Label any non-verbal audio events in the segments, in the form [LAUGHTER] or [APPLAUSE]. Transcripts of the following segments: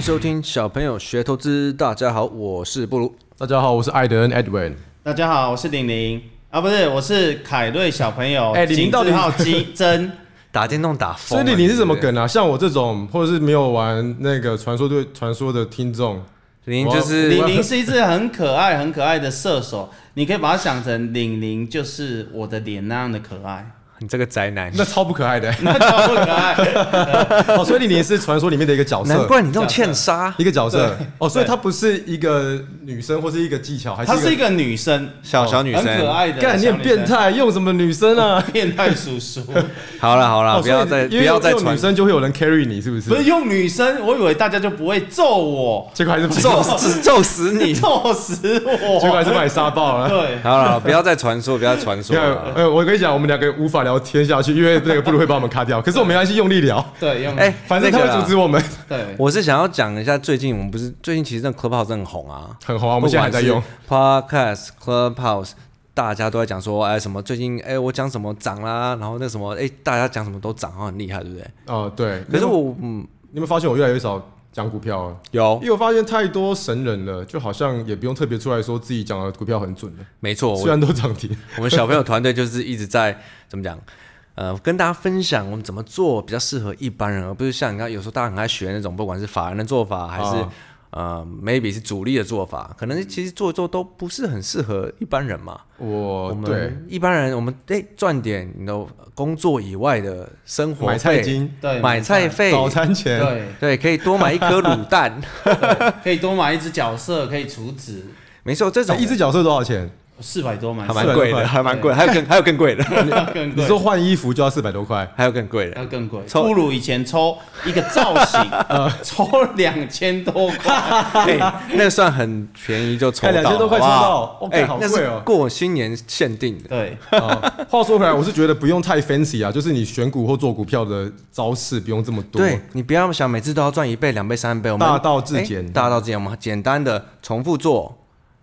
收听小朋友学投资，大家好，我是布鲁。大家好，我是艾德恩 Edwin。大家好，我是玲玲啊，不是，我是凯瑞小朋友，哎玲玲井到底字号基 [LAUGHS] 真，打电动打疯所以了，你你是什么对不对？梗啊？像我这种，或者是没有玩那个传说对传说的听众，您就是玲玲是一只很可爱、很可爱的射手，你可以把它想成玲玲就是我的脸那样的可 [LAUGHS] 爱，你这个宅男，那超不可爱的、那超不可爱，哦，所以你你是传说里面的一个角难色，怪你这种欠杀。一个角色。哦，所以对她不是一个女生，或是一个技巧，还她是是一一个个女生，哦小小女生很可爱的，干你很变，态，用什么女生啊？变态 [LAUGHS] 叔叔，好了好了，哦啊不要所以再你不因为要再用传女，生就会有人 carry 你，是不是？不是用女生，我以为大家就不会揍 [LAUGHS] 我，结果还是揍 [LAUGHS] 死揍死你！揍死我，结果还是把你杀爆了。对。好了，不要再传说，不要再传说没有了。呃，我跟你讲，我们两个无法聊天下去，因为那个布鲁会把我们卡掉。可是我没关系，用力聊，对，用哎嗯反正他那个会啦阻止我们。对，我是想要讲一下，最近我们不是最近其实那 Clubhouse 很红啊，很红啊，我们现在还在用。不管是 Podcast Clubhouse，大家都在讲说，哎，什么最近哎我讲什么涨啦，然后那什么哎大家讲什么都涨，好像很厉害，对不对？哦，对。可是我嗯你有没有发现我越来越少讲股票了？有因为我发现太多神人了，就好像也不用特别出来说自己讲的股票很准了，没错，哦我虽然都涨停。我们小朋友团队就是一直在怎么讲，呃，跟大家分享我们怎么做比较适合一般人，而不是像你看有时候大家很爱学那种，不管是法人的做法还是、啊呃 maybe 是主力的做法，可能其实做一做都不是很适合一般人嘛。我我哦对们一般人，我们哎赚点你的工作以外的生活费买菜金、对，买菜费，早餐钱，对，哎对，可以多买一颗卤蛋。可以多买一只角色，可以除值没错，这种哎一只角色多少钱？四百多买 [LAUGHS] 还四百蛮贵400的，块还蛮贵，还有更还有更贵的，要更你贵，说换衣服就要四百多块，还有更贵的。要更贵。抽布鲁以前抽一个造 [LAUGHS] 型，呃抽两千多块，哎，那算很便宜就抽到，哎2000多块好不好抽到哦哎干好，贵那哦是过新年限定的。对，啊话说回来，我是觉得不用太 fancy 啊，就是你选股或做股票的招式不用这么多。对你不要想每次都要赚一倍、两倍、三倍，我们大道至简哎大道至简，我们简单的重复做。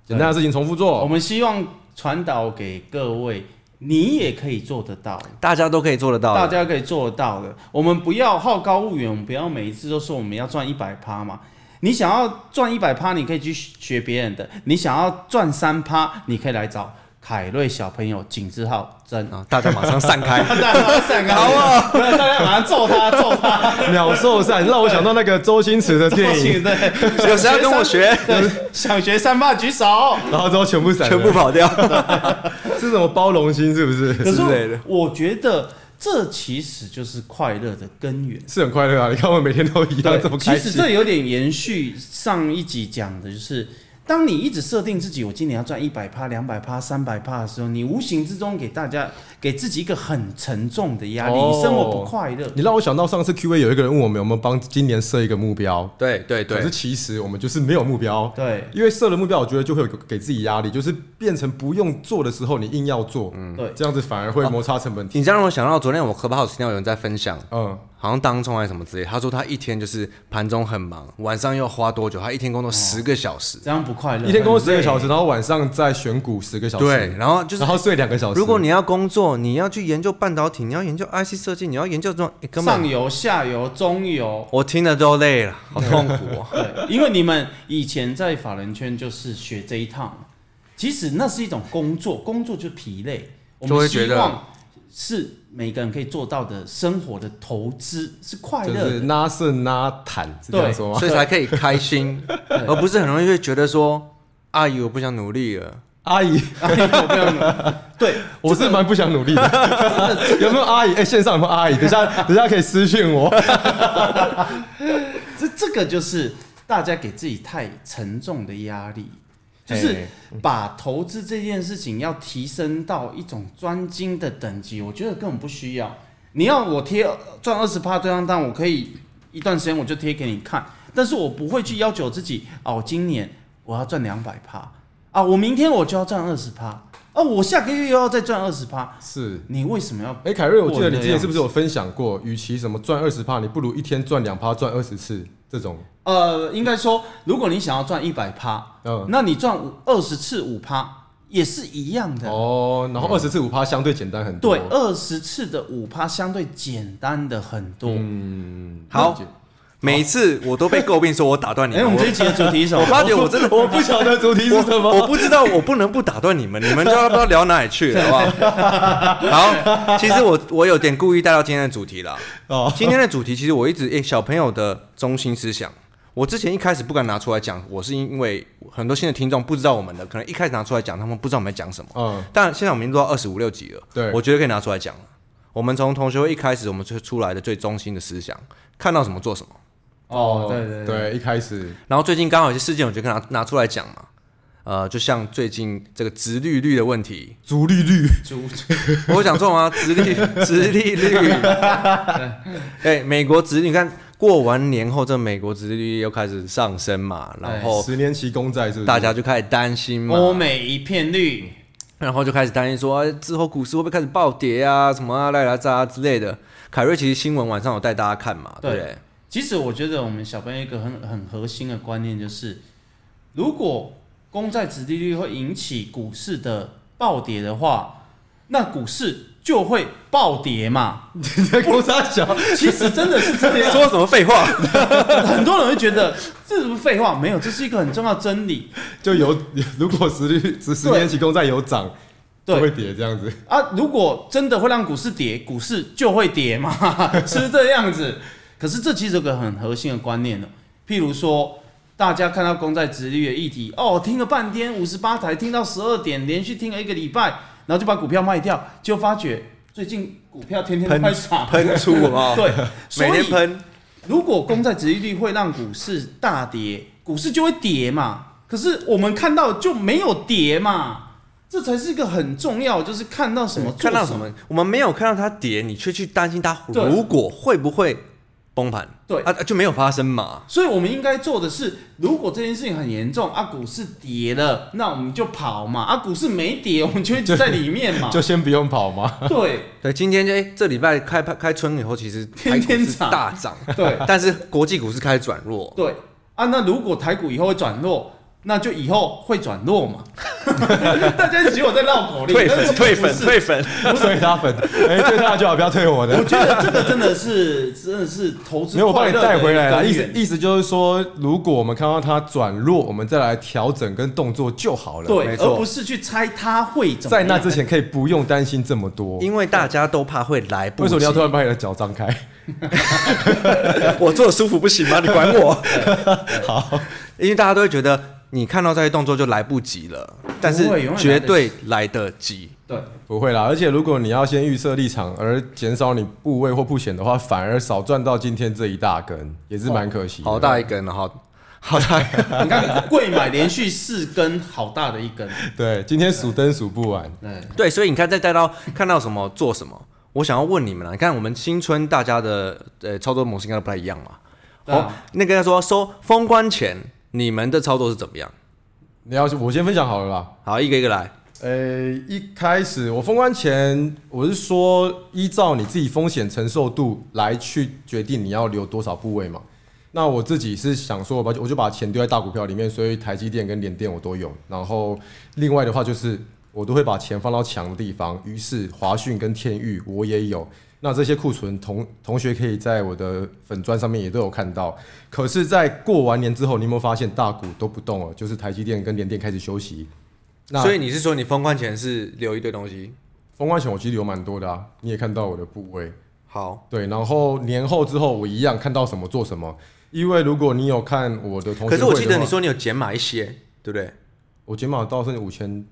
简单的事情重复我做。们希望传导给各位，你也可以做得到。大家都可以做得到大的，家可以做得到的。我们不要好高骛远，我们不要每一次都说我们要赚一百趴嘛。你想要赚一百趴，你可以去学别人的；你想要赚三趴，你可以来找凯瑞小朋友景之浩真。，啊！大家马上散开 [LAUGHS] 大家散开，好啊没有大家马上揍他，揍他。鸟兽散让我想到那个周星驰的 [LAUGHS] 电影，对， [LAUGHS] 有谁要跟我学对？想学三霸举手。然后之后全部散了，全部跑掉。是什么包容心是不是？可之类的是我觉得这其实就是快乐的根源。是很快乐啊！你看我们每天都一样对，这么其开实心。这有点延续上一集讲的，就是当你一直设定自己我今年要赚一百趴、两百趴、三百趴的时候，你无形之中给大家给自己一个很沉重的压力，哦嗯你生活不快乐。你让我想到上次 Q&A 有一个人问我们有没有帮今年设一个目标，对对可是对，其实我们就是没有目标，对因为设了目标，我觉得就会有给自己压力，就是变成不用做的时候你硬要做，嗯对，这样子反而会摩擦成本。你这样让我想到昨天我 Clubhouse 听到有人在分享，嗯，好像当冲还是什么之类，他说他一天就是盘中很忙，晚上又花多久？他一天工作十个小时，这样不快乐。一天工作很十累个小时，，然后晚上再选股十个小时，对，，然后就是然后睡两个小时。如果你要工作，你要去研究半导体，你要研究 IC 设计，你要研究这种，诶根上本游、下游、中游。。我听了都累了，好痛苦哦 [LAUGHS] 对，因为你们以前在法人圈就是学这一套嘛，其实那是一种工作，工作就是疲累。我就会们觉希得望是每个人可以做到的生活的投资是快就乐是的，拉是拉坦，是这样说吗？所以才可以开心， [LAUGHS] 而不是很容易就觉得说，阿姨我不想努力了。阿姨， [LAUGHS] 哎有没有呢 [LAUGHS] 对，我是蛮不想努力的。有没有阿姨？哎，线上有没有阿姨？等一下，等一下可以私讯我。这这个就是大家给自己太沉重的压力，就是嘿把投资这件事情要提升到一种专精的等级，我觉得根本不需要。你要我贴赚二十趴对账单，我可以一段时间我就贴给你看，但是我不会去要求自己哦，今年我要赚两百趴啊，我明天我就要赚二十趴啊，我下个月又要再赚二十趴，是，你为什么要？哎、凯瑞，我记得你过之那前样是不是有分享过，与其什么赚二十趴，你不如一天赚两趴，赚二十次这种。呃，应该说，如果你想要赚一百趴，嗯，那你赚二十次五趴也是一样的，哦，然后二十次五趴相对简单很多。对，二十次的五趴相对简单的很多。嗯，好了解，每一次我都被诟病说我打断你哎、们，我们这一集的主题是什么？我发觉我真的我不晓得主题是什么。 [LAUGHS] 我我不知道，我不能不打断你们，你们就要不知道聊哪里去了，好 [LAUGHS] 不好？好，其实我我有点故意带到今天的主题啦。哦今天的主题其实我一直诶、小朋友的中心思想，我之前一开始不敢拿出来讲，我是因为很多新的听众不知道我们的，可能一开始拿出来讲，他们不知道我们在讲什么。嗯，但现在我们已经做到二十五六集了，对我觉得可以拿出来讲了。我们从同学会一开始，我们最出来的最中心的思想，看到什么做什么。哦，对对对，对，一开始然后最近刚好有些事件，我就跟拿拿出来讲嘛。呃，就像最近这个直利率的问题，朱绿绿，主我有讲错吗？直利 [LAUGHS] 直利率，哎、美国直利，你看过完年后，这美国直利率又开始上升嘛，然哦后十年期公债是不是？大家就开始担心嘛，欧哦美一片绿，然后就开始担心说、哎之后股市会不会开始暴跌啊，什么啊，赖拉渣、啊、之类的。凯瑞其实新闻晚上有带大家看嘛，对不对对？其实我觉得我们小朋友一个很很核心的观念就是，如果公债殖利率会引起股市的暴跌的话，那股市就会暴跌嘛。在公债小，其实真的是这样，说什么废话？很多人会觉得这是不是废话？没有，这是一个很重要的真理。 [LAUGHS] 就有如果十率十十年期公债有涨，就会跌对这样子。啊，如果真的会让股市跌，股市就会跌嘛， [LAUGHS] 是不是这样子。可是这其实有个很核心的观念呢，哦譬如说，大家看到公债殖利率的议题，哦，听了半天五十八台，听到十二点，连续听了一个礼拜，然后就把股票卖掉，就发觉最近股票天天都快涨，喷出 [LAUGHS] 啊！对，每所以天喷。如果公债殖利率会让股市大跌，股市就会跌嘛。可是我们看到就没有跌嘛，这才是一个很重要，就是看到什么看到做什么？我们没有看到它跌，你却去担心它对如果会不会崩盘？对啊，就没有发生嘛。所以我们应该做的是，如果这件事情很严重啊，股市跌了，那我们就跑嘛；啊，股市没跌，我们就一直在里面 [LAUGHS] 嘛。就先不用跑嘛。 [LAUGHS] 对对，今天哎、这礼拜开开春以后，其实天天台股是涨大涨， [LAUGHS] 对但是国际股市开始转弱。对啊，那如果台股以后会转弱，那就以后会转 [LAUGHS] 弱嘛。大家只有在绕口令，但是不是粉！退他 [LAUGHS] 粉，哎、退他就好，不要退我我的。觉得这个真的是真的是投资没有，我帮快你乐带的回来了。一意个思根源意思就是说，如果我们看到它转弱，我们再来调整跟动作就好了。对，没错而不是去猜它会怎么在样。那之前可以不用担心这么多。因为大家都怕会来不为及。什么你要突然把你的脚张开？ [LAUGHS] 哎我坐的舒服不行吗？你管 [LAUGHS] 我？ [LAUGHS] 好，因为大家都会觉得你看到这些动作就来不及了，但是不会永远来得及绝对来得及。对不会啦，而且如果你要先预设立场，而减少你部位或不选的话，反而少赚到今天这一大根，也是蛮可惜的。好大一根，好好大一根。你看贵买连续四根，好大的一 [LAUGHS] 根。对，今天数灯数不完。对，对，所以你看，再带到看到什么做什么，我想要问你们了。你看，我们新春大家的呃操作模式应该都不太一样嘛。对啊哦，那个说收封关前，你们的操作是怎么样？你要我先分享好了啦。好，一个一个来。呃、一开始我封关前，我是说依照你自己风险承受度来去决定你要留多少部位嘛。那我自己是想说，我把我就把钱丢在大股票里面，所以台积电跟联电我都有。然后另外的话就是，我都会把钱放到强的地方。于是华讯跟天域我也有。那这些库存同同学可以在我的粉砖上面也都有看到。可是，在过完年之后，你有没有发现大股都不动了？就是台积电跟联电开始休息。那所以你是说你封关前是留一堆东西？封关前我其实有蛮多的啊，你也看到我的部位。好，对，然后年后之后我一样看到什么做什么，因为如果你有看我的同可是学会的话，我记得你说你有减码一些，对不对？我减码到剩五千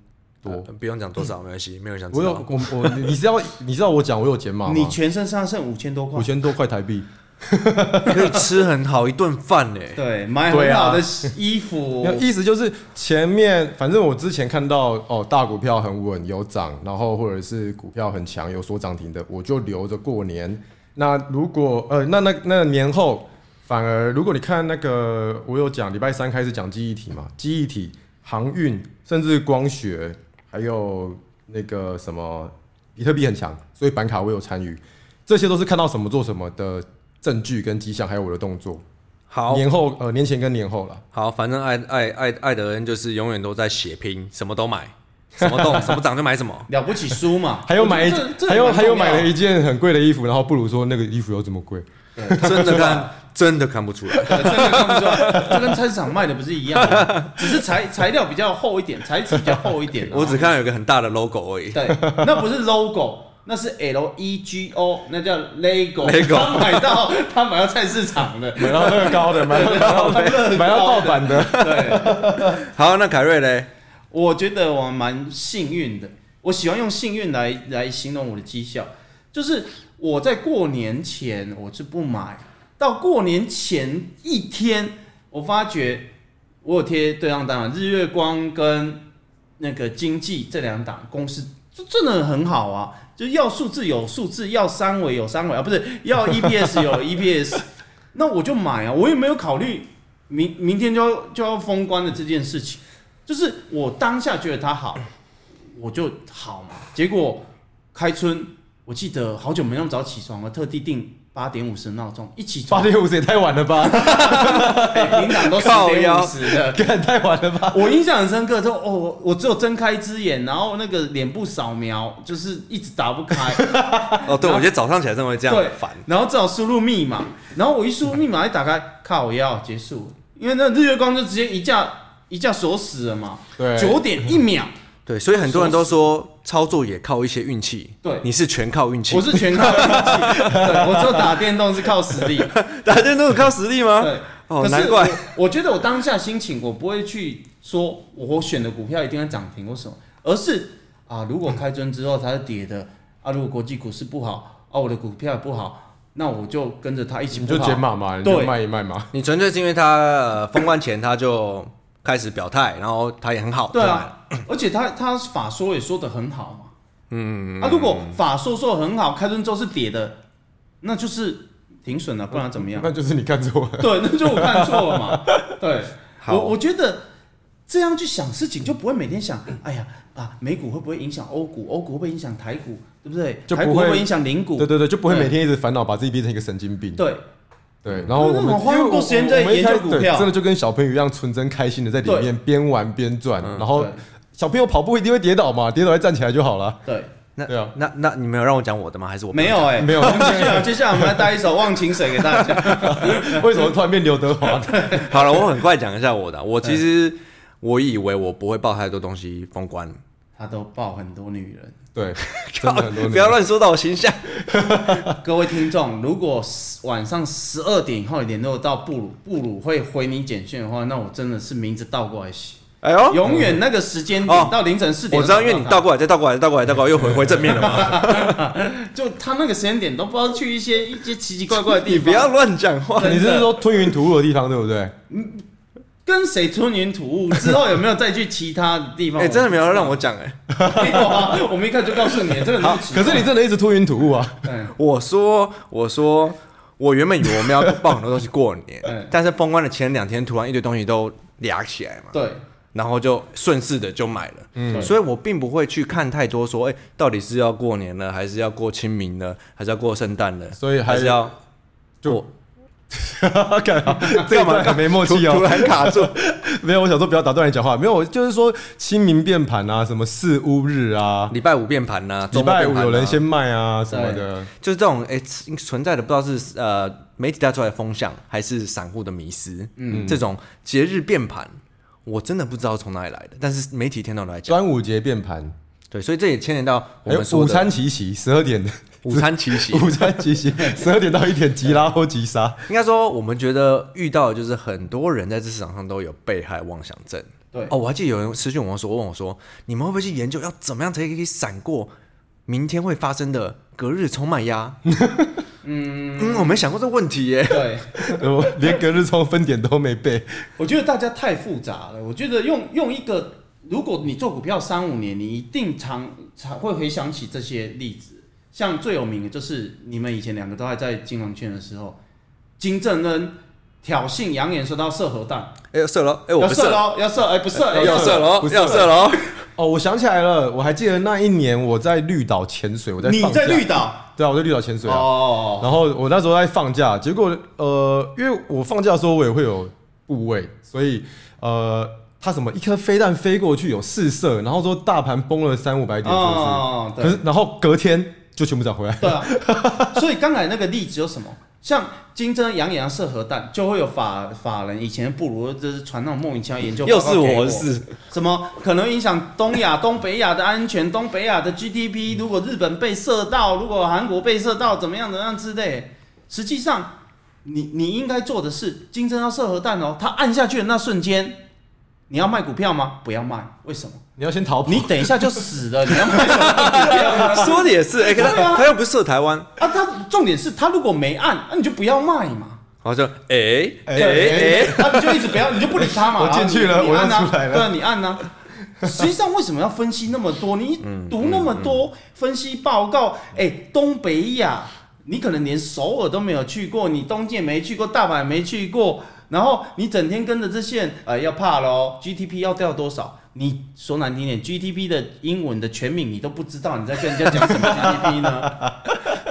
多，呃不用讲多少，没关系，没有人想我知有道。我我你你知道你知道我讲我有减码你吗？全身上下剩五千多块五，千多块台币，可以吃很好一顿饭呢。对，买对很啊好的衣服那，意思就是前面反正我之前看到哦大股票很稳有涨，然后或者是股票很强有所涨停的，我就留着过年。那如果呃那那那年后反而如果你看那个我有讲礼拜三开始讲记忆体嘛，记忆体、航运甚至光学，还有那个什么比特币很强，所以板卡我有参与，这些都是看到什么做什么的证据跟迹象，还有我的动作。好年后呃年前跟年后了。好，反正艾艾艾艾德恩就是永远都在血拼，什么都买，什么动，什么涨就买什么。了不起书 [LAUGHS] 嘛，还有买我觉得这，这还有蛮还重有要买了一件很贵的衣服，然后不如说那个衣服有这么贵，真的看真的看不出来。真的看不出来，这跟菜市场卖的不是一样吗？只是材材料比较厚一点，材质比较厚一点啊。我只看到有个很大的 logo 而已。对，那不是 logo，那是 L E G O，那叫 lego。 Lego 他买到他买到菜市场的，买到乐高的，买到买到盗版的，对，好，那凯瑞嘞？我觉得我蛮幸运的。我喜欢用幸运来来形容我的绩效，就是我在过年前我是不买，到过年前一天，我发觉我有贴对账单嘛，日月光跟那个经济这两档公司就真的很好啊，就是要数字有数字，要三维有三维啊，不是 [LAUGHS] 要 EPS 有 EPS，那我就买啊，我也没有考虑明明天就要就要封关的这件事情，就是我当下觉得它好，我就好嘛，结果开春我记得好久没那么早起床了，特地定。八点五十闹钟，一起八床，点五十也太晚了吧？哎平常都 [LAUGHS] 十靠点腰五十的，干太晚了吧？ [LAUGHS] 我印象很深刻，就哦，我我只有睁开一只眼，然后那个脸部扫描就是一直打不开，哦，对，我觉得早上起来真的会 [LAUGHS] 这样，啊对很烦。然后只好输入密码，然后我一输入密码一打开，靠，我要结束了，因为那日月光就直接一架一架锁死了嘛，对九点一秒，对，所以很多人都说操作也靠一些运气。对你是全靠运气。我是全靠 [LAUGHS] 运气，对我只有打电动是靠实力，打电动靠实力吗？对，哦，可是难怪。我。我觉得我当下心情，我不会去说我选的股票一定要涨停或什么，而是啊，如果开春之后它是跌的，啊，如果国际股市不好，啊，我的股票也不好，那我就跟着它一起你不就好。减码嘛，你就对卖一卖嘛。你纯粹是因为他呃封关前他就开始表态，然后他也很好。对啊，而且他他法说也说的很好嘛。嗯啊，如果法说说得很好，开春之后是跌的，那就是停损了，不然怎么样？那就是你看 [LAUGHS] 错了，对，那就我看错了嘛。对，好我我觉得这样去想事情，就不会每天想，哎呀啊，美股会不会影响欧股？欧股会不会影响台股？对不对？就不台会股会不会影响零股？对对对，就不会对每天一直烦恼，把自己变成一个神经病。对对，然后我那们我花那么多时间在因为我研究我们一开股票对真的就跟小朋友一样纯真开心的在里面边玩边转，然后对小朋友跑步一定会跌倒嘛，跌倒再站起来就好了。对，那对啊那那你没有让我讲我的吗？还是我没有哎、没有我们 [LAUGHS] 接下来接下来我们来带一首《忘情水》给大家。为什么突然变刘德华的？ [LAUGHS] 好了，我很快讲一下我的。我其实我以为我不会报太多东西封关，他都抱很多女 [LAUGHS] 人。对，真的很多不要人。乱说到我形象。各位听众，如果十晚上十二点以后联络到布鲁，布鲁会回你简讯的话，那我真的是名字倒过来写，哎呦，永远那个时间哦点到凌晨四点。我知道，因为你倒过来再倒过来再倒过来再倒过来又回回正面了嘛。就他那个时间点都不知道去一些一些奇奇怪怪的地你方。不要乱讲话。哦你是说吞云吐雾的地方对不对？跟谁吞云吐雾，之后有没有再去其他的地方？哎，真的没有让我讲哎。没有啊！我们一看就告诉你，这个很奇怪可是啊你真的一直吞云吐雾啊！ [LAUGHS] 嗯我说，我说，我原本以为我们要报很多东西过 [LAUGHS] 年嗯，但是封关的前两天，突然一堆东西都俩起来嘛，对然后就顺势的就买了。对所以我并不会去看太多说，哎、到底是要过年了，还是要过清明了，还是要过圣诞了，所以还还是要就过干嘛？这个蛮没默契突突哦。然卡 [LAUGHS] 住，没有，我想说不要打断你讲话。没有，我就是说清明变盘啊，什么四乌日啊，礼拜五变盘呐、礼周末拜变五盘啊有人先卖啊什么的。就是这种哎、存在的，不知道是呃媒体带出来的风向，还是散户的迷失，嗯，这种节日变盘。我真的不知道从哪里来的，但是媒体一天到晚来讲，端午节变盘，对，所以这也牵连到我还有们说午的餐奇袭，十二 [LAUGHS] 点的 [LAUGHS] 午餐奇袭，午餐奇袭，十二点到一点吉拉或吉沙。应该说，我们觉得遇到的就是很多人在这市场上都有被害妄想症。对哦，我还记得有人私讯我说，问我说，你们会不会去研究要怎么样才可以闪过明天会发生的隔日冲卖压？ [LAUGHS] 嗯我没想过这个问题耶。对，我连隔日冲分点都没背，我觉得大家太复杂了。我觉得用用一个，如果你做股票三五年，你一定常常会回想起这些例子。像最有名的就是你们以前两个都还在金融圈的时候，金正恩挑衅扬言说他要射核弹，哎、要射了，哎、我要不射射，喽， [LAUGHS] 要射，哎、不射，哎要射了不哦，射要射 [LAUGHS] 了哦。 [LAUGHS] 哦，我想起来了，我还记得那一年我在绿岛潜水，我在你放在假绿岛对啊，我在绿岛潜水啊。哦，然后我那时候在放假，结果呃，因为我放假的时候我也会有部位，所以呃，它什么一颗飞弹飞过去有四射，然后说大盘崩了三五百点，是不是？哦对可是然后隔天就全部涨回来。对啊，所以刚才那个例子有什么？像金针、羊眼要射核弹，就会有法法人以前的部落就是传那种莫名其妙研究报又告是给我我是什么可能影响东亚、东北亚的安全，东北亚的 GDP。如果日本被射到，如果韩国被射到，怎么样怎么样之类。实际上，你你应该做的是，金正要射核弹哦，他按下去的那瞬间，你要卖股票吗？不要卖，为什么？ [LAUGHS] 你要先逃跑你。等一下就死了，你要卖什么股票呢？说的也是，哎，可对啊他他又不是射台湾，啊，他重点是他如果没按，那、你就不要卖嘛。然后就哎哎哎哎，啊，你就一直不要，你就不理他嘛。 [LAUGHS] 我进去了然后你你按啊我又出来了对啊，你按呢、实际上，为什么要分析那么多？你嗯读那么多分析报告，哎、东北亚，你可能连首尔都没有去过，你东京也没去过，大阪也没去过，然后你整天跟着这些人，呃，要怕咯 g d p 要掉多少？你说难听点 g d p 的英文的全名你都不知道，你在跟人家讲什么 GDP 呢？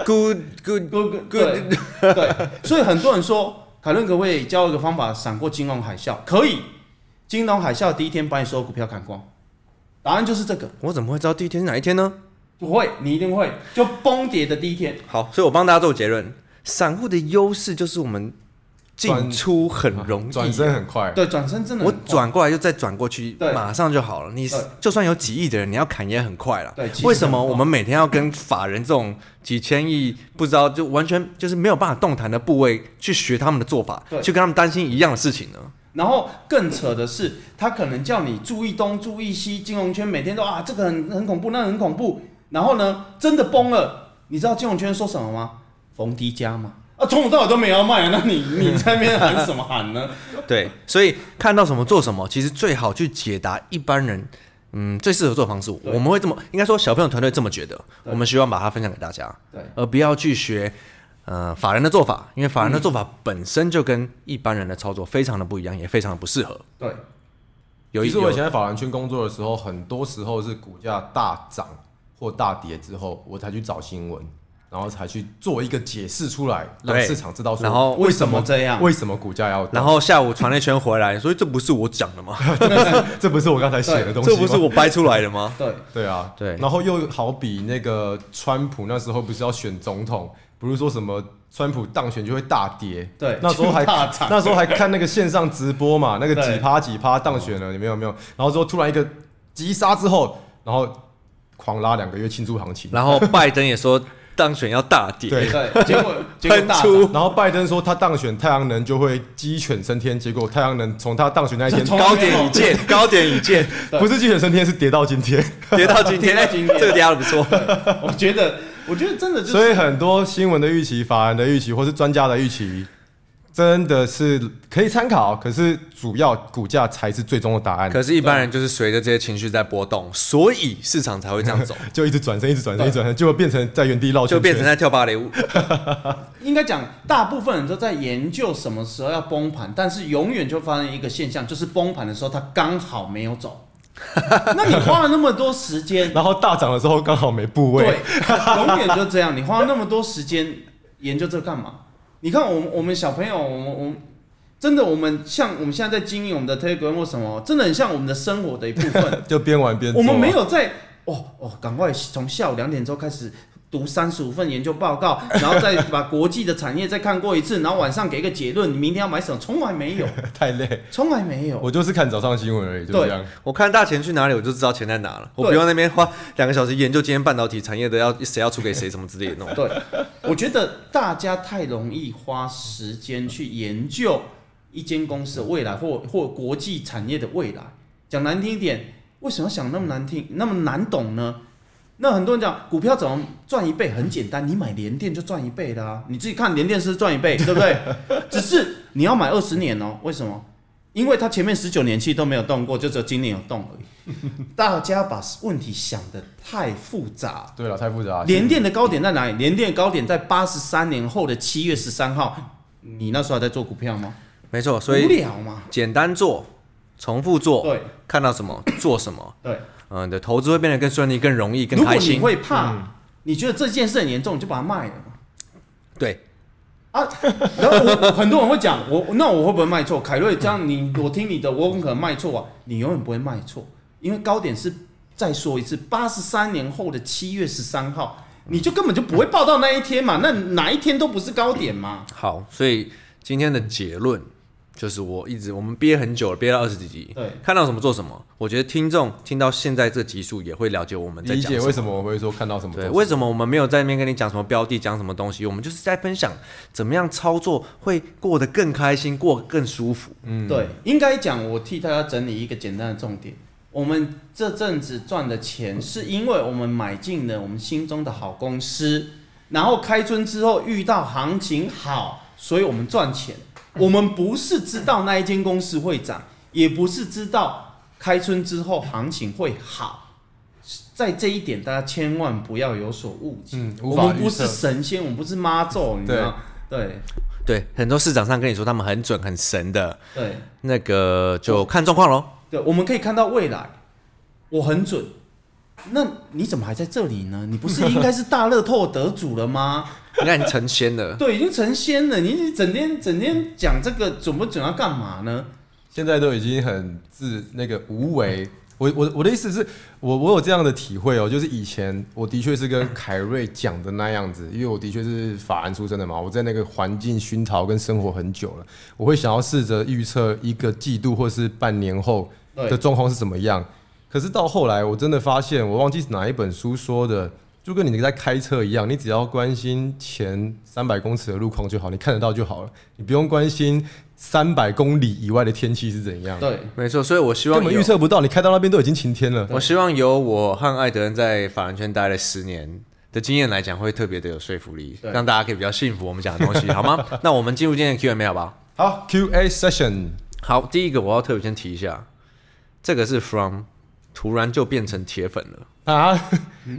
，good good，各个对对，所以很多人说凯伦可不可以教一个方法闪过金融海啸？可以，金融海啸第一天把你所有股票砍光，答案就是这个，我怎么会知道第一天是哪一天呢？不会，你一定会就崩跌的第一天。好，所以我帮大家做结论，散户的优势就是我们进转出很容易，转身很快，对，转身真的我很快转过来就再转过去，对马上就好了。你对就算有几亿的人，你要砍也很快了对其。实为什么很快我们每天要跟法人这种几千亿不知道就完全就是没有办法动弹的部位去学他们的做法对，去跟他们担心一样的事情呢？然后更扯的是，他可能叫你注意东、注意西，金融圈每天都啊，这个很很恐怖，那个很恐怖。然后呢，真的崩了，你知道金融圈说什么吗？逢低加嘛。啊，从头到尾都没有卖，那你你在那边喊什么喊呢？对，所以看到什么做什么，其实最好去解答一般人。嗯，最适合做的方式，对我们会这么，应该说小朋友团队这么觉得，对我们希望把它分享给大家， [LAUGHS] 对，而不要去学，呃，法人的做法，因为法人的做法本身就跟一般人的操作非常的不一样，也非常的不适合。对，有一其实我以有前在法兰圈工作的时候，很多时候是股价大涨或大跌之后，我才去找新闻，然后才去做一个解释出来，对让市场知道说然后为什么为什么这样为什么股价要然涨。后下午传了一圈回来，所以这不是我讲的吗？这不是我刚才写的东西这吗，不是我掰出来的 [LAUGHS] 吗？对， [LAUGHS] 对啊，对然后又好比那个川普那时候不是要选总统，不是说什么川普当选就会大跌，对那时候还就大涨那时候还看那个线上直播嘛，那个对几趴几趴当选了，你没有没有？然后之后突然一个急杀之后，然后狂拉两个月庆祝行情，然后拜登也说当选要大跌，对对，结果结果喷大出涨，然后拜登说他当选太阳能就会鸡犬升天，结果太阳能从他当选那一天就从高点已见，高点已见，对不是鸡犬升天，是跌到今天。跌到今天，跌到今天这个跌的不错。我觉得，我觉得真 [LAUGHS] 的就是，所以很多新闻的预期、法人的预期，或是专家的预期，真的是可以参考，可是主要股价才是最终的答案。可是，一般人就是随着这些情绪在波动，所以市场才会这样 [LAUGHS] 走，就一直转身，一直转身，一直转身，结果变成在原地绕圈圈，就变成在跳芭蕾舞。应该讲，大部分人都在研究什么时候要崩盘，但是永远就发生一个现象，就是崩盘的时候它刚好没有走。那你花了那么多时间，然后大涨的时候刚好没部位对，，永远就这样，你花了那么多时间研究这干嘛？你看我们我们小朋友，我们我们真的我们像我们现在在经营我们的 Telegram 或什么，真的很像我们的生活的一部分。就边玩边做我啊们没有在哦哦，赶快从下午两点钟开始读三十五份研究报告，然后再把国际的产业再看过一次，然后晚上给一个结论，你明天要买什么？从来没有， [LAUGHS] 太累，从来没有。我就是看早上新闻而已，就对这样。我看大钱去哪里，我就知道钱在哪了，我对不用那边花两个小时研究今天半导体产业的要谁要出给谁什么之类的那种。哦对，我觉得大家太容易花时间去研究一间公司的未来或或国际产业的未来。讲难听一点，为什么要想那么难听、那么难懂呢？那很多人讲股票怎么赚一倍很简单，你买联电就赚一倍啦、你自己看联电是不是赚一倍，对不对？ [LAUGHS] 只是你要买二十年哦，为什么？因为它前面十九年期都没有动过，就只有今年有动而已。大家把问题想得太复杂对了，太复啊杂了。联电的高点在哪里？联电的高点在八十三年后的七月十三号。你那时候还在做股票吗？没错，所无以聊嘛。简单做，重复做，对看到什么做什么，对，嗯，你的投资会变得更顺利、更容易、更如果开你心。嗯会怕，你觉得这件事很严重，你就把它卖了嘛。对，啊，然后我很多人会讲我，那我会不会卖错？凯瑞，这样你我听你的，我很可能卖错啊。你永远不会卖错，因为高点是再说一次，八十三年后的七月十三号，你就根本就不会报到那一天嘛，那哪一天都不是高点嘛。好，所以今天的结论就是，我一直我们憋很久了，憋到二十几集，对看到什么做什么。我觉得听众听到现在这集数也会了解我们在理讲解什为么。什么我会说看到什么对，东西为什么我们没有在那边跟你讲什么标的、讲什么东西？我们就是在分享怎么样操作会过得更开心、过得更舒服。嗯对，应该讲我替大家整理一个简单的重点。我们这阵子赚的钱，是因为我们买进了我们心中的好公司，然后开春之后遇到行情好，所以我们赚钱。我们不是知道那一间公司会涨，也不是知道开春之后行情会好。在这一点，大家千万不要有所误解。嗯无我法们不预是测神仙，我们不是妈咒，你知道？对对，很多市场上跟你说他们很准、很神的，对，那个就看状况喽。 [LAUGHS] 对，我们可以看到未来，我很准。那你怎么还在这里呢？你不是应该是大乐透得主了吗？ [LAUGHS] 你看你成仙了，对，已经成仙了，你你整天整天讲这个准不准要干嘛呢？现在都已经很自那个无为。我我我的意思是，我我有这样的体会哦，就是以前我的确是跟凯瑞讲的那样子，因为我的确是法兰出身的嘛，我在那个环境熏陶跟生活很久了，我会想要试着预测一个季度或是半年后的对状况是怎么样。可是到后来，我真的发现，我忘记是哪一本书说的，就跟你在开车一样，你只要关心前三百公尺的路况就好，你看得到就好了，你不用关心三百公里以外的天气是怎样。，对，没错。所以我希望根本有预测不到，你开到那边都已经晴天了。我希望由我和艾德恩在法兰圈待了十年的经验来讲，会特别的有说服力，对让大家可以比较信服我们讲的东西，好 [LAUGHS] 吗？那我们进入今天的 Q&A 好不好？好，Q&A session，好，第一个我要特别先提一下，这个是 From 突然就变成铁粉了。啊， [LAUGHS]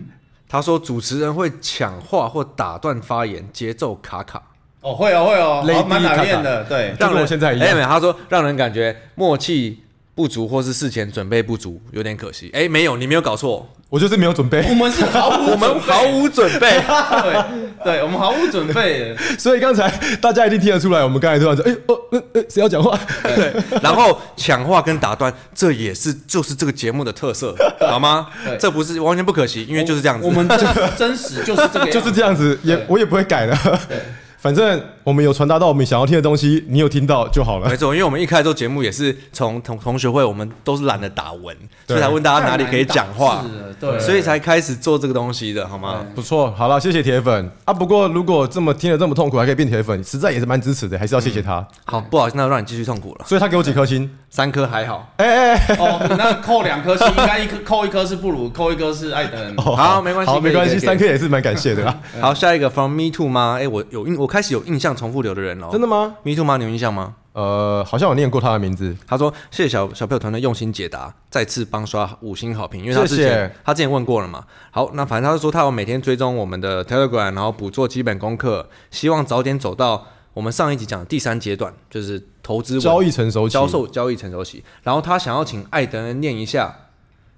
他说主持人会抢话或打断发言，节奏卡卡，哦，会哦会哦， Lady 好蛮打面的， [LAUGHS] 对就跟我现在一样哎没有他说让人感觉默契不足或是事前准备不足，有点可惜。哎、没有，你没有搞错，我就是没有准我备， [LAUGHS] 们是毫无我们毫无准备。 [LAUGHS] 对对，我们毫无准备的，所以刚才大家一定听得出来，我们刚才突然说，哎、哦，呃呃，谁要讲话？ [LAUGHS] 对，然后抢话跟打断，这也是就是这个节目的特色，好吗对？这不是完全不可惜，因为 [LAUGHS] 就是这样子。我们真真实就是这个 [LAUGHS] 样子，就是这样子，也对我也不会改的。反正我们有传达到我们想要听的东西，你有听到就好了没。错，因为我们一开始做节目也是从同同学会，我们都是懒得打文，对所以才问大家哪里可以讲话太，难打字了对，所以才开始做这个东西的，好吗？不错，好了，谢谢铁粉啊。不过如果这么听得这么痛苦，还可以变铁粉，实在也是蛮支持的，还是要谢谢嗯他。好，不好意思，那让你继续痛苦了。所以他给我几 [LAUGHS] 颗星？三颗还好，哎哎哎，哦，那扣两颗星，应该一颗扣一颗是布鲁，扣一颗是艾登。哦好没关系可好以没关系，可以三颗也是蛮感谢 [LAUGHS] 的啦。好，下一个 from me too 吗？哎，我有印，我开始有印象重复流的人了。真的吗？ me too 吗？你有印象吗？呃，好像我念过他的名字。他说：“谢谢小小朋友团队用心解答，再次帮刷五星好评，因为他谢之谢前他之前问过了嘛。好，那反正他就说他有每天追踪我们的 Telegram，然后补做基本功课，希望早点走到我们上一集讲的第三阶段，就是投资稳交易成熟期销售交易成熟期。然后他想要请艾德恩念一下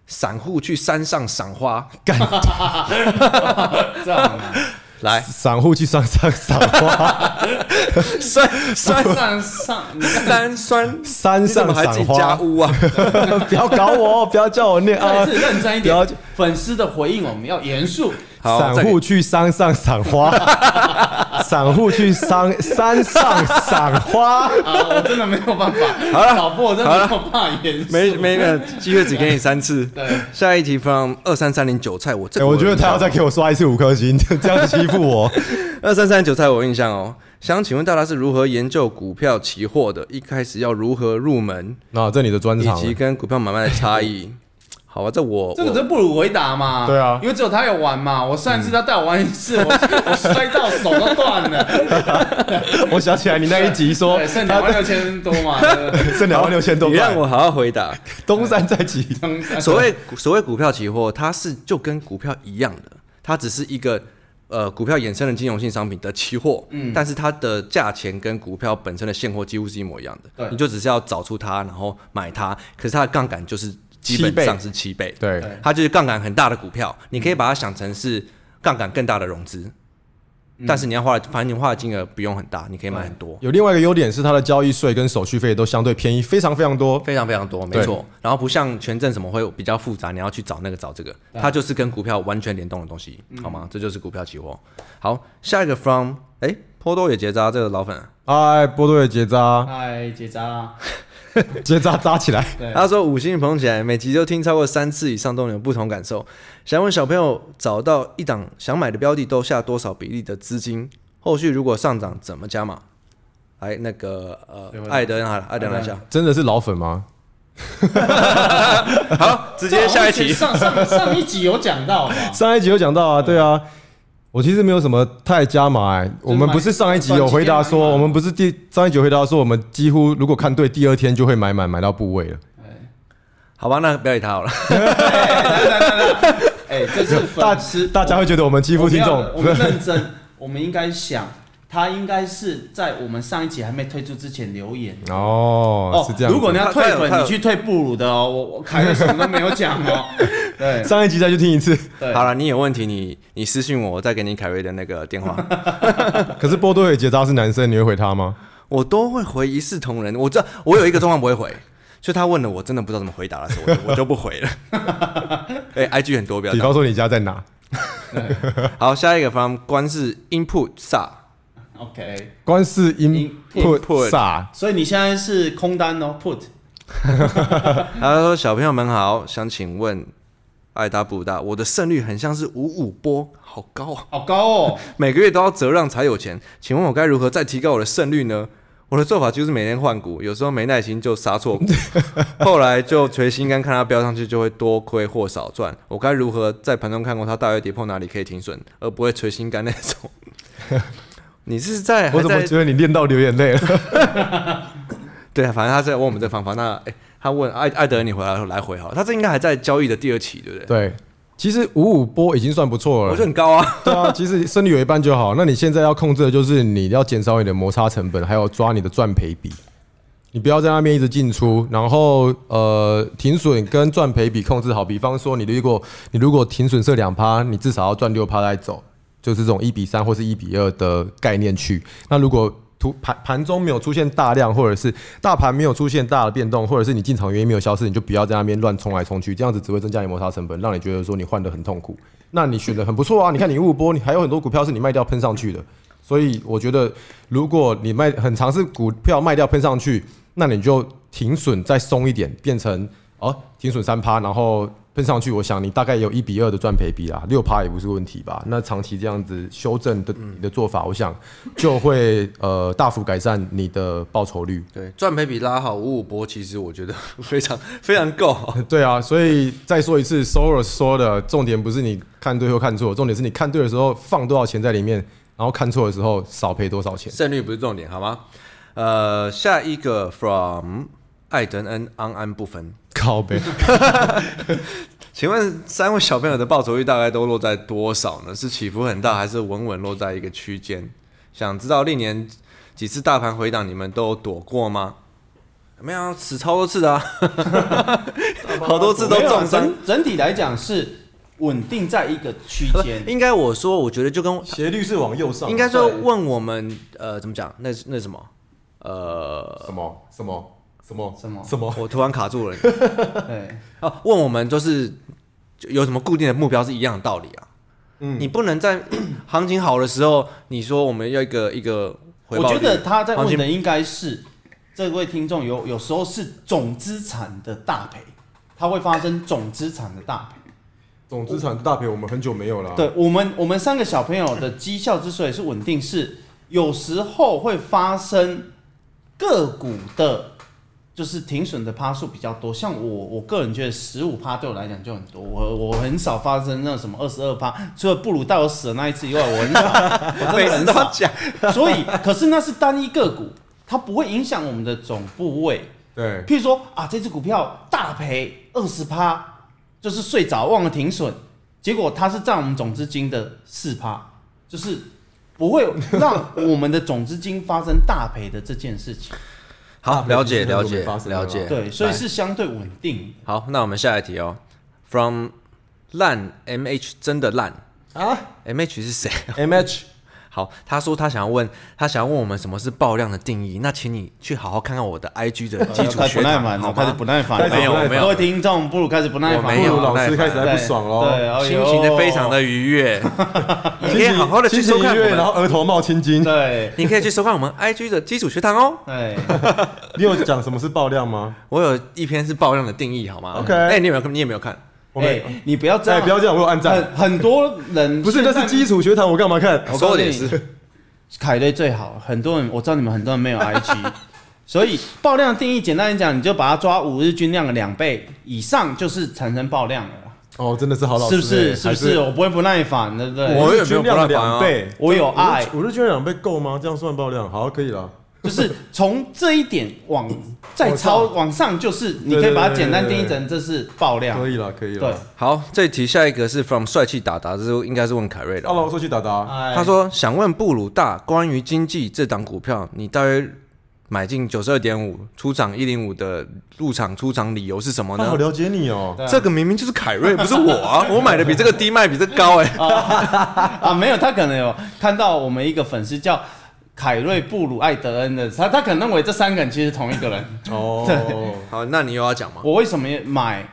散户去山上赏花，这样啊， [LAUGHS] 来散户去上上 [LAUGHS] 赏花，山山上上，[LAUGHS] 你看山山，山你怎上么还自赏己家花，屋啊？ [LAUGHS] 不要搞我哦，不要叫我念啊还。是认真一了点解。粉丝的回应我们要严肃，好， [LAUGHS] 散再给户去山上赏 [LAUGHS] 花，散户去山山上 [LAUGHS] 赏花。啊，我真的没有办法。好了老婆，我真好的了没有办法严肃。没没没，机会只给你三 [LAUGHS] 次。对，下一题 from 二三三零韭菜，我这哎、个哦我觉得他要在再给我刷一次五颗星，这样子欺负我。 [LAUGHS] 二三三韭菜我有印象哦。想请问大家是如何研究股票期货的？一开始要如何入门，那、这你的专以场及了，跟股票买卖的差异？哎好啊，这我这个我就不如回答嘛。对啊因为只有他有玩嘛。我上一次他带我玩一次，我我摔到手都断了。我想起来你那一集说对，剩两万六千多嘛。对不对剩两万六千多你让块，我好好回答。东山再起。 [LAUGHS] 所谓所谓股票期货，它是就跟股票一样的，它只是一个呃股票衍生的金融性商品的期货，嗯，但是它的价钱跟股票本身的现货几乎是一模一样的，对你就只是要找出它，然后买它，可是它的杠杆就是基七倍本上是七倍，对，对它就是杠杆很大的股票，你可以把它想成是杠杆更大的融资。但是你要花的，反正你花的金额不用很大，你可以买很多，有另外一个优点是它的交易税跟手续费都相对便宜，非常非常多。非常非常多，没错。然后不像权证什么会比较复杂，你要去找那个找这个，它就是跟股票完全联动的东西，好吗？这就是股票期货。好，下一个 from 哎，坡多也结扎这个老粉，哎，波多野结扎，嗨，哎结扎啦，结扎扎起来。对，他说五星捧起来，每集都听超过三次以上都能有不同感受。想问小朋友找到一档想买的标的都下多少比例的资金？后续如果上涨怎么加码？来，那个对呃我，艾德好了，艾德来一下。真的是老粉吗？好，直接下一题。上上上一集有讲到吧？上一集有讲到啊，对啊，我其实没有什么太加码、欸。我们不是上一集有回答短期内买说，嘛我们不是第上一集有回答说，我们几乎如果看对第二天就会买满，买到部位了。好吧，那不要理他好了。哎，这是大粉丝，大家会觉得我们欺负听众我们要，我们认真，我们应该想，他应该是在我们上一集还没推出之前留言。哦，是这样子。如果你要退他他有他粉，有你去退布鲁的哦。我我凯瑞什么都没有讲哦。对上一集再去听一次，对，好了，你有问题你你私信我，我再给你凯瑞的那个电话， [LAUGHS] 可是波多野结扎是男生，你会回他吗？我都会回一视同仁。我知道我有一个状况不会回，就他问了我真的不知道怎么回答的时候，我就我就不回 [LAUGHS] 了。哎、i g 很多，不要比当方说你家在哪？好，下一个 from 官是 input 萨， ，OK。官司 input input 啥？所以你现在是空单哦，put。他说：“小朋友们好，想请问爱答不答，我的胜率很像是五五波，好高啊！好高哦，每个月都要折让才有钱，请问我该如何再提高我的胜率呢？”我的做法就是每天换股，有时候没耐心就杀错 [LAUGHS] 股，后来就垂心肝看它飙上去，就会多亏或少赚。我该如何在盘中看过它大约跌破哪里可以停损，而不会垂心肝那 [LAUGHS] 种？你是在我还怎么在觉得你练到流 [LAUGHS] 眼泪了？对啊，反正他是在问我们这方法。那哎、他问艾艾德，你回来来回好了，他这应该还在交易的第二期，对不对？对，其实五五波已经算不错了。我觉得很高啊。对啊，其实胜率有一半就好。那你现在要控制的就是你要减少你的摩擦成本，还有抓你的赚赔比。你不要在那边一直进出，然后呃停损跟赚赔比控制好。比方说你如果你如果停损设两趴，你至少要赚六趴再走，就是这种一比三或是一比二的概念去。那如果图盘盘中没有出现大量，或者是大盘没有出现大的变动，或者是你进场原因没有消失，你就不要在那边乱冲来冲去，这样子只会增加你摩擦成本，让你觉得说你换的很痛苦。那你选的很不错啊，你看你误波，你还有很多股票是你卖掉喷上去的，所以我觉得如果你卖很长是股票卖掉喷上去，那你就停损再松一点，变成哦停损三趴，然后喷上去，我想你大概有一比二的赚赔比啦，六趴也不是问题吧？那长期这样子修正的你的做法，我想就会呃大幅改善你的报酬率。 [LAUGHS] 对，赚赔比拉好五五波，其实我觉得非常非常够。对啊，所以再说一次，Soros 说的重点不是你看对或看错，重点是你看对的时候放多少钱在里面，然后看错的时候少赔多少钱。胜率不是重点，好吗？呃，下一个 from 艾登恩安安不分，靠 [LAUGHS] 呗，请问三位小朋友的报酬率大概都落在多少呢？是起伏很大，还是稳稳落在一个区间？想知道历年几次大盘回档，你们都有躲过吗？没有啊，死超多次的啊， [LAUGHS] 好多次都没有啊中伤。整整体来讲是稳定在一个区间，应该我说，我觉得就跟斜率是往右上应该说问我们呃怎么讲？那那什么呃，什么什么什么什么什么？我突然卡住了对，哦。问我们就是就有什么固定的目标是一样的道理啊。嗯你不能在 [COUGHS] 行情好的时候，你说我们要一个一个回我报率觉得他在行问情的应该是这位听众有有时候是总资产的大赔，它会发生总资产的大赔。总资产大赔我们很久没有了啊。对我们，我们三个小朋友的绩效之所以是稳定，是有时候会发生个股的，就是停损的趴数比较多。像我，我个人觉得十五趴对我来讲就很多，我我很少发生那种什么二十二趴，除了布鲁道尔死的那一次以外，我很少， [LAUGHS] 我真每次的很都少要。讲，所以，可是那是单一个股，它不会影响我们的总部位。对譬如说啊，这只股票大赔二十趴，就是睡着忘了停损，结果它是占我们总资金的四趴，就是不会让我们的总资金发生大赔的这件 [LAUGHS] 事情。好，了解大了部分解都没发生了解。对，所以来是相对稳定。好，那我们下一题哦。From 烂 M H 真的烂啊，M H 是谁？ [LAUGHS] ，M H 好，他说他想要问，他想要问我们什么是爆量的定义。那请你去好好看看我的 IG 的基础开始学不耐堂烦好了，开始吗？不耐烦开了。始没有没有各位听众，布鲁开始不耐我烦，没有布鲁老师耐烦开始还不爽哦喽，对，哎呦心情的非常的愉悦，你可以好好的去心收情看愉我悦，然们，后额头冒青筋。对 [LAUGHS] 你可以去收看我们 IG 的基础学堂哦。对，你有讲什么是爆量吗？我有一篇是爆量的定义，好吗 OK 哎，你有没有？你也没有看？我们哎，你不要 [LAUGHS] 这哎，样，不要这样，我有暗赞。很很多人不是，那是基础学堂，我干嘛看？我告说诉的你也是，凯瑞最好，很多人我知道你们很多人没有 IG，所以爆量定义简单来讲，你就把它抓五日均量的两倍以上，就是产生爆量了啦，哦，真的是好老师，是不是？是还不是？？我不会不耐烦，对不对？我也没有均不量耐烦啊两倍，我有爱五日均量两倍够吗？这样算爆量？好，可以了。 [LAUGHS] 就是从这一点往再超往上，就是你可以把它简单定义成这是爆量可。以了，可以对了。，好，这题下一个是 from 帅气达达，这是应该是问凯瑞的啊阿。老说去打打，哎他说想问布鲁大关于经济这档股票，你大约买进九十二点五，出场一零五的入场出场理由是什么他好呢？了解你哦。对啊这个明明就是凯 [LAUGHS] 瑞，不是我啊！我买的比这个低，卖比这个高哎、啊，没有，他可能有看到我们一个粉丝叫凯瑞布鲁艾德恩的，他他可能认为这三个人其实同一个人。哦，好，那你又要讲吗？我为什么买？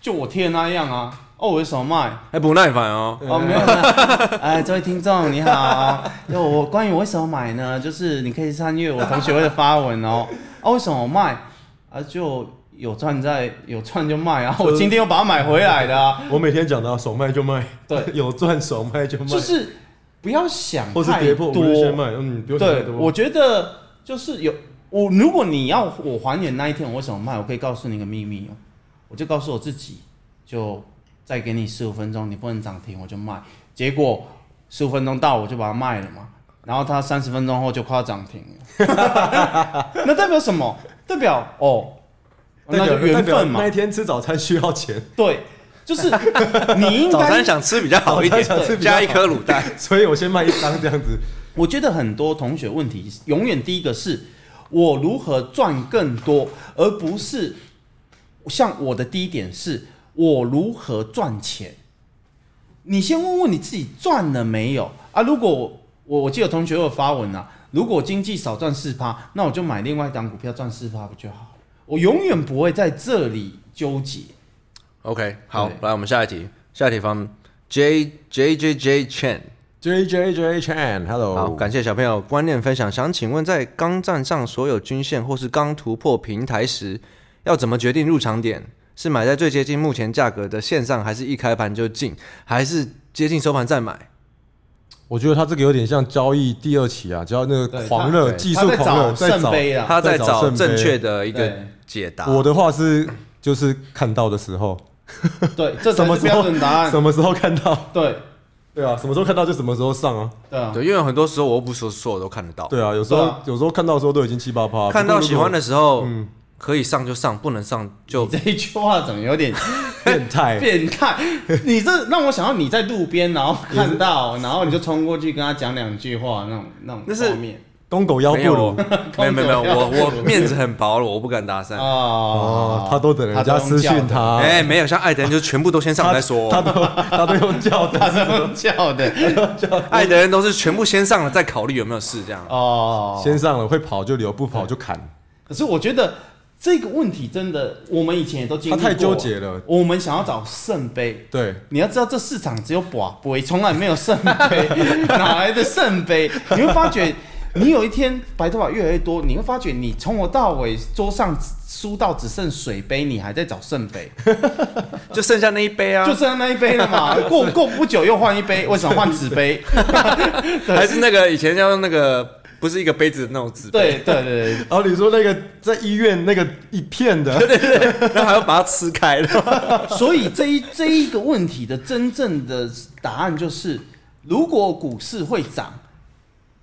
就我贴的那样啊。哦，我为什 [LAUGHS] 么卖？哎，不耐烦哦。哦，没有啦。哎，这位听众你好，就我关于我为什么买呢？就是你可以参阅我同学会的发文哦。啊，为什么我卖？啊，就有赚在有赚就卖啊。我今天又把它买回来的、啊， [LAUGHS] 我每天讲的啊手卖就卖，对， [LAUGHS] 有赚手卖就卖，就是不要想或是太跌破五日多线。卖，嗯，不用想太对，多。我觉得就是有我，如果你要我还原那一天我为什么卖，我可以告诉你一个秘密哦，我就告诉我自己，就再给你十五分钟，你不能涨停我就卖。结果十五分钟到我就把它卖了嘛，然后它三十分钟后就快要涨停了， [LAUGHS] 那代表什么？代表哦，代那表就缘代表分嘛那一。天吃早餐需要钱， [LAUGHS] 对，就是你应早该餐想吃比较好一点早餐想吃，比较好加一颗卤蛋。所以我先卖一张这样子。我觉得很多同学问题，永远第一个是我如何赚更多，而不是像我的第一点是我如何赚钱。你先问问你自己赚了没有啊？如果我我我记得同学有发文啊，如果经济少赚四趴，那我就买另外一档股票赚四趴不就好了？我永远不会在这里纠结。 OK，好对，来我们下一题，下一题方 J J J J Chen。 J J J 好， Chan，Hello，感谢小朋友观念分享。想请问，在刚站上所有均线或是刚突破平台时，要怎么决定入场点？是买在最接近目前价格的线上，还是一开盘就进，还是接近收盘再买？我觉得他这个有点像交易第二期啊，交易那个对狂热他技术狂热，他在找圣杯啊他在在找找圣杯正确的一个对解答。我的话是就是看到的时候，对，这什才么是时标候准答 [LAUGHS] 案。什么时候看到？对对啊，什么时候看到就什么时候上啊。对啊，对，因为很多时候我又不说所有都看得到，对啊，有时候、对啊啊有时候看到的时候都已经七八趴，看到喜欢的的时候，可以上就上，不能上嗯你就 [LAUGHS] 这一句话怎么有点？变态， [LAUGHS] 变态！你这让我想到你在路边，然后看到，然后你就冲过去跟他讲两句话，那种那种那是画面东狗哦 [LAUGHS] 腰不 [LAUGHS] 没有如。，没有没有没有，我我面子很薄了，我不敢搭讪。哦哦，他都等人家私讯他，哎，没有，像艾德人就全部都先上他再说。他都他都用叫的， [LAUGHS] 他这么叫的 [LAUGHS] 爱的人都是全部先上了，再考虑有没有事这样。啊哦。先上了会跑就留，不跑就砍。可是我觉得这个问题真的，我们以前也都经历过，他太纠结了我们想要找圣杯，对，你要知道，这市场只有寡杯，从来没有圣杯， [LAUGHS] 哪来的圣杯？你会发觉，你有一天白头发越来越多，你会发觉，你从头到尾桌上输到只剩水杯，你还在找圣杯，就剩下那一杯啊，就剩那一杯了嘛。过过不久又换一杯，为什么换纸杯？还是那个以前要用那个不是一个杯子的那种纸杯，对对对对，然哦后你说那个在医院那个一 [LAUGHS] 片的，然后还要把它撕开 [LAUGHS] 了。 [LAUGHS] 所以这一这一个问题的真正的答案就是，如果股市会涨，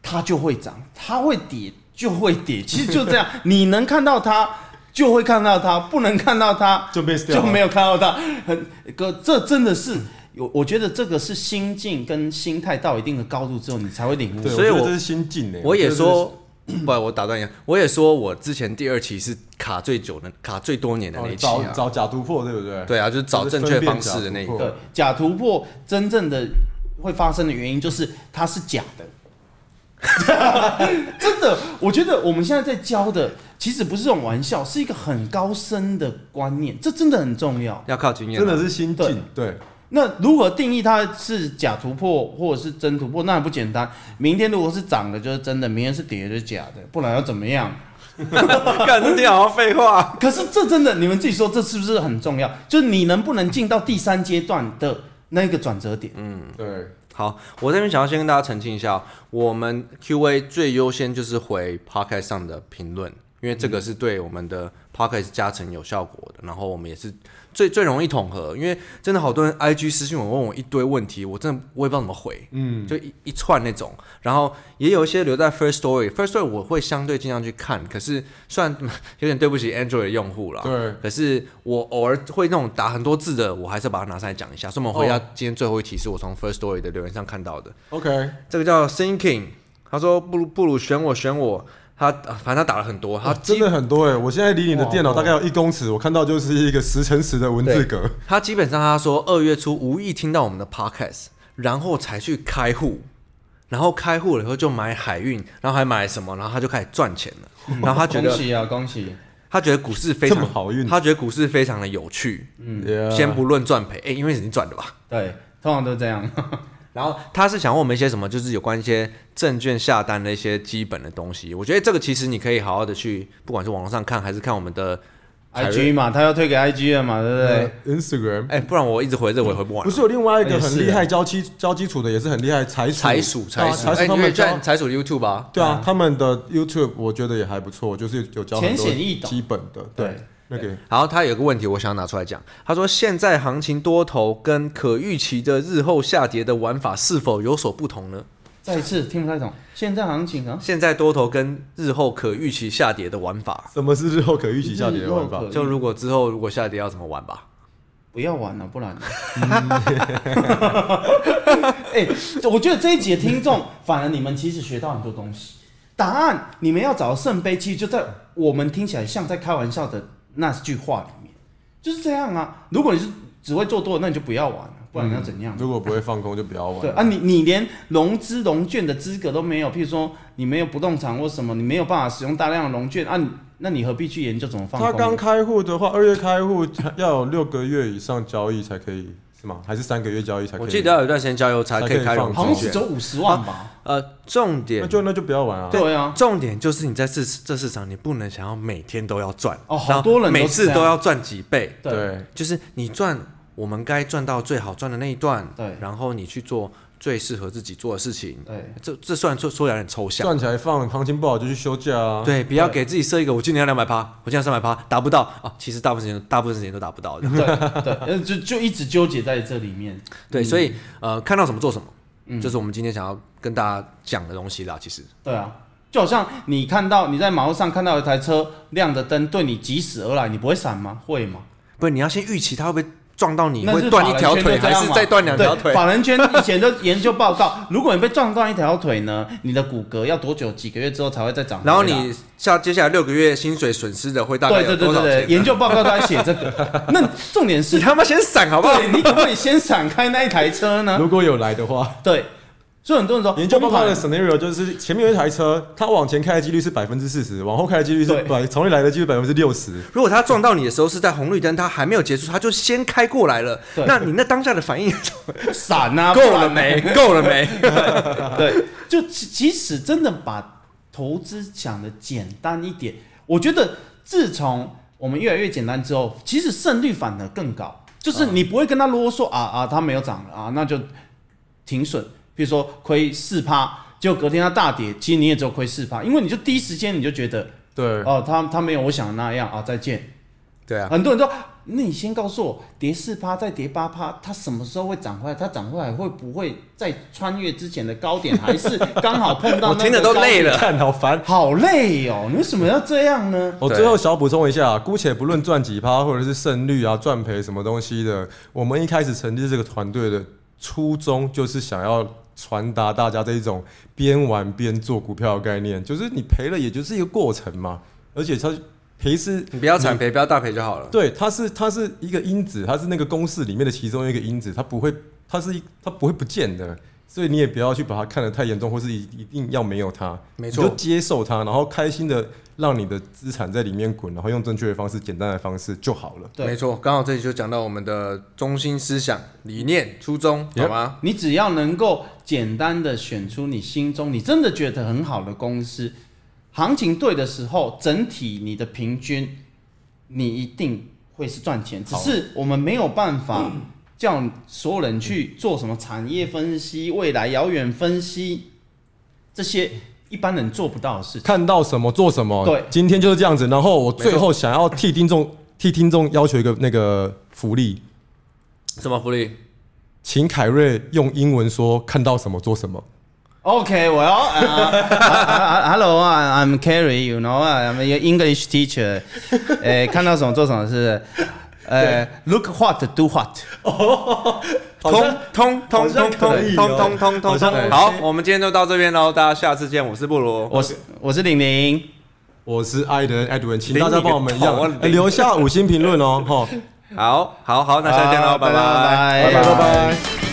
它就会涨；它会跌就会跌。其实就这样，你能看到它就会看到它，不能看到它就 miss 掉就了没有看到它。很哥，这真的是有，我觉得这个是心境跟心态到一定的高度之后，你才会领悟对，。所以我觉得我这是心境诶。我也觉得这是说，不，我打断一下，啊我也说我之前第二期是卡最久的、卡最多年的哦那一期找啊。找假突破，对不对？对啊，就是找正确方式的那一就是分辨假突个。破对，假突破真正的会发生的原因就是它是假的， [LAUGHS] 真的，我觉得我们现在在教的其实不是这种玩笑，是一个很高深的观念，这真的很重要。要靠经验真啊， [LAUGHS] 的是心境。对，那如何定义它是假突破或者是真突破？那也不简单。明天如果是涨的，就是真的；明天是跌的，就是假的。不然要怎么样？干这听啊好像废话。可是这真的，你们自己说，这是不是很重要？就是你能不能进到第三阶段的那个转折点？嗯对，好，我这边想要先跟大家澄清一下哦，我们 Q&A 最优先就是回 Podcast 上的评论，因为这个是对我们的 Podcast 加成有效果的。然后我们也是最最容易统合，因为真的好多人 IG 私信我问我一堆问题，我真的我也不知道怎么回，嗯，就一一串那种。然后也有一些留在 First Story，First Story 我会相对尽量去看，可是虽然 [LAUGHS] 有点对不起 Android 的用户啦，对可是我偶尔会那种打很多字的，我还是把它拿上来讲一下。所以我哦们回答今天最后一题，是我从 First Story 的留言上看到的。 OK，这个叫 Thinking，他说不如不如选我选我，他啊反正他打了很多，他啊，真基、的很多哎、我现在离你的电脑大概有一公尺，我看到就是一个十乘十的文字格。他基本上他说二月初无意听到我们的 Podcast，然后才去开户。然后开户了以后就买海运，然后还买什么，然后他就开始赚钱了。然后他觉恭得喜啊，恭喜！他觉得股市非常这么好运嗯他觉得股市非常的有趣。 Yeah 嗯先不论赚赔，哎，因为已经赚了吧？对，通常都这 [LAUGHS] 样。然后他是想问我们一些什么，就是有关一些证券下单的一些基本的东西。我觉得这个其实你可以好好的去，不管是网络上看还是看我们的台 IG 嘛，他要推给 IG 了嘛，对不对？对，Instagram 呃哎，不然我一直回这我也回不完不。是有另外一也个是很厉害教基教基础的，也是很厉害财鼠财鼠，对啊财鼠，财哎，鼠他你可以们看教财鼠 YouTube 吧。对啊，他们的 YouTube 我觉得也还不错，就是有教很浅多显易懂基本的，对对，那个然后他有个问题，我想拿出来讲。他说，现在行情多头跟可预期的日后下跌的玩法是否有所不同呢？再一次听不太懂，现在行情啊，现在多头跟日后可预期下跌的玩法，什么是日后可预期下跌的玩法日后？可就如果之后如果下跌要怎么玩吧？不要玩了，不 [LAUGHS] 然。哎、这我觉得这一节听众，反而你们其实学到很多东西。答案你们要找的圣杯，其实就在我们听起来像在开玩笑的那句话里面，就是这样啊。如果你是只会做多的，那你就不要玩了，不然你要怎样？如果不会放空就不要玩。啊对啊，你你连融资融券的资格都没有，譬如说你没有不动产或什么，你没有办法使用大量的融券啊，你那你何必去研究怎么放他空刚呢？开户的话，二月开户要有六个月以上交易才可以，是吗？还是三个月交易才可以？我记得要有一段时间交易后才可才可以以开放融好像资是券只。有五十万吧？呃，重那点就那就不要玩啊。对啊，重点就是你在市这市场，你不能想要每天都要赚哦好然后多人都是每次这样都要赚几倍，对对，就是你赚我们该赚到最好赚的那一段，对然后你去做最适合自己做的事情，对，这这虽然说说起来很抽象，赚起来放，行情不好就去休假啊。对，不要给自己设一个我今年要两百趴，我今年三百趴达不到啊，其实大部分时间大部分时间都达不到的，对对，呃就就一直纠结在这里面。对，所以呃看到什么做什么，嗯就是我们今天想要跟大家讲的东西啦，其实对啊，就好像你看到你在马路上看到一台车亮着灯对你疾驶而来，你不会闪吗？会吗？不是你要先预期它会不会撞到你，那会是断法一人条圈腿就这还样是嘛再断两条对腿。法人圈以前的研究报告，如果你被撞断一条腿呢，你的骨骼要多久几个月之后才会再长回然来？后你下接下来六个月薪水损失的会大概对有对对多少对对，钱？研究报告都在写这 [LAUGHS] 个。那重点是你，他妈先闪好不好？对你可不可以先闪开那一台车 [LAUGHS] 呢？如果有来的话，对，所以很多人说研究报告哦我的们 scenario 就是前面有一台车，它往前开的几率是百分之四十，往后开的几率是对百，从里来的几率百分之六十。如果他撞到你的时候是在红绿灯，他还没有结束，他就先开过来了，对那你那当下的反应买闪 [LAUGHS] 啊，够不了然呢没？够了 [LAUGHS] 没？对，就其即使真的把投资想的简单一点，我觉得自从我们越来越简单之后，其实胜率反而更高，啊就是你不会跟他啰嗦啊啊，它没有涨了啊，那就停损，比如说亏四趴。结果隔天它大跌，其实你也只有亏四趴，因为你就第一时间你就觉得对，哦，它它没有我想的那样啊，再见。对啊，很多人说，那你先告诉我，跌四趴再跌八趴，它什么时候会涨回来？它涨回来会不会在穿越之前的高点，还是刚好碰到？ [LAUGHS] 我听着都累，了。看好烦。好累哦！你为什么要这样呢？我对最后小补充一下，姑且不论赚几趴或者是胜率啊、赚赔什么东西的，我们一开始成立这个团队的初衷就是想要传达大家这一种边玩边做股票的概念，就是你赔了也就是一个过程嘛，而且它赔是你不要惨赔，不要大赔就好了。对，它是它是一个因子，它是那个公式里面的其中一个因子，它不会，它是一它不会不见的。所以你也不要去把它看得太严重，或是一一定要没有它，没你错就接受它，然后开心的让你的资产在里面滚，然后用正确的方式、简单的方式就好了。对没错，刚好这里就讲到我们的中心思想、理念、初衷，好吗？你只要能够简单的选出你心中你真的觉得很好的公司，行情对的时候，整体你的平均，你一定会是赚钱。只是我们没有办法叫所有人去做什么产业分析、未来遥远分析这些一般人做不到的事情。看到什么做什么，对今天就是这样子。然后我最后想要替听众替听众要求一个那个福利，什么福利？请凯瑞用英文说看到什么做什么。 Okay, well, uh, uh, hello, I- I'm Carrie. You know, I'm your English teacher. 呃，看到什么做什么是，呃，look what, do what. 通通通通通哦通通通通通。好，我们今天就到这边喽，大家下次见。我是布鲁，我是我是玲玲，我是艾德艾德文，请大家帮我们一样领你个头啊哎领留下五星评论哦，哈，好好好，那下次见喽，好拜拜拜拜拜拜拜。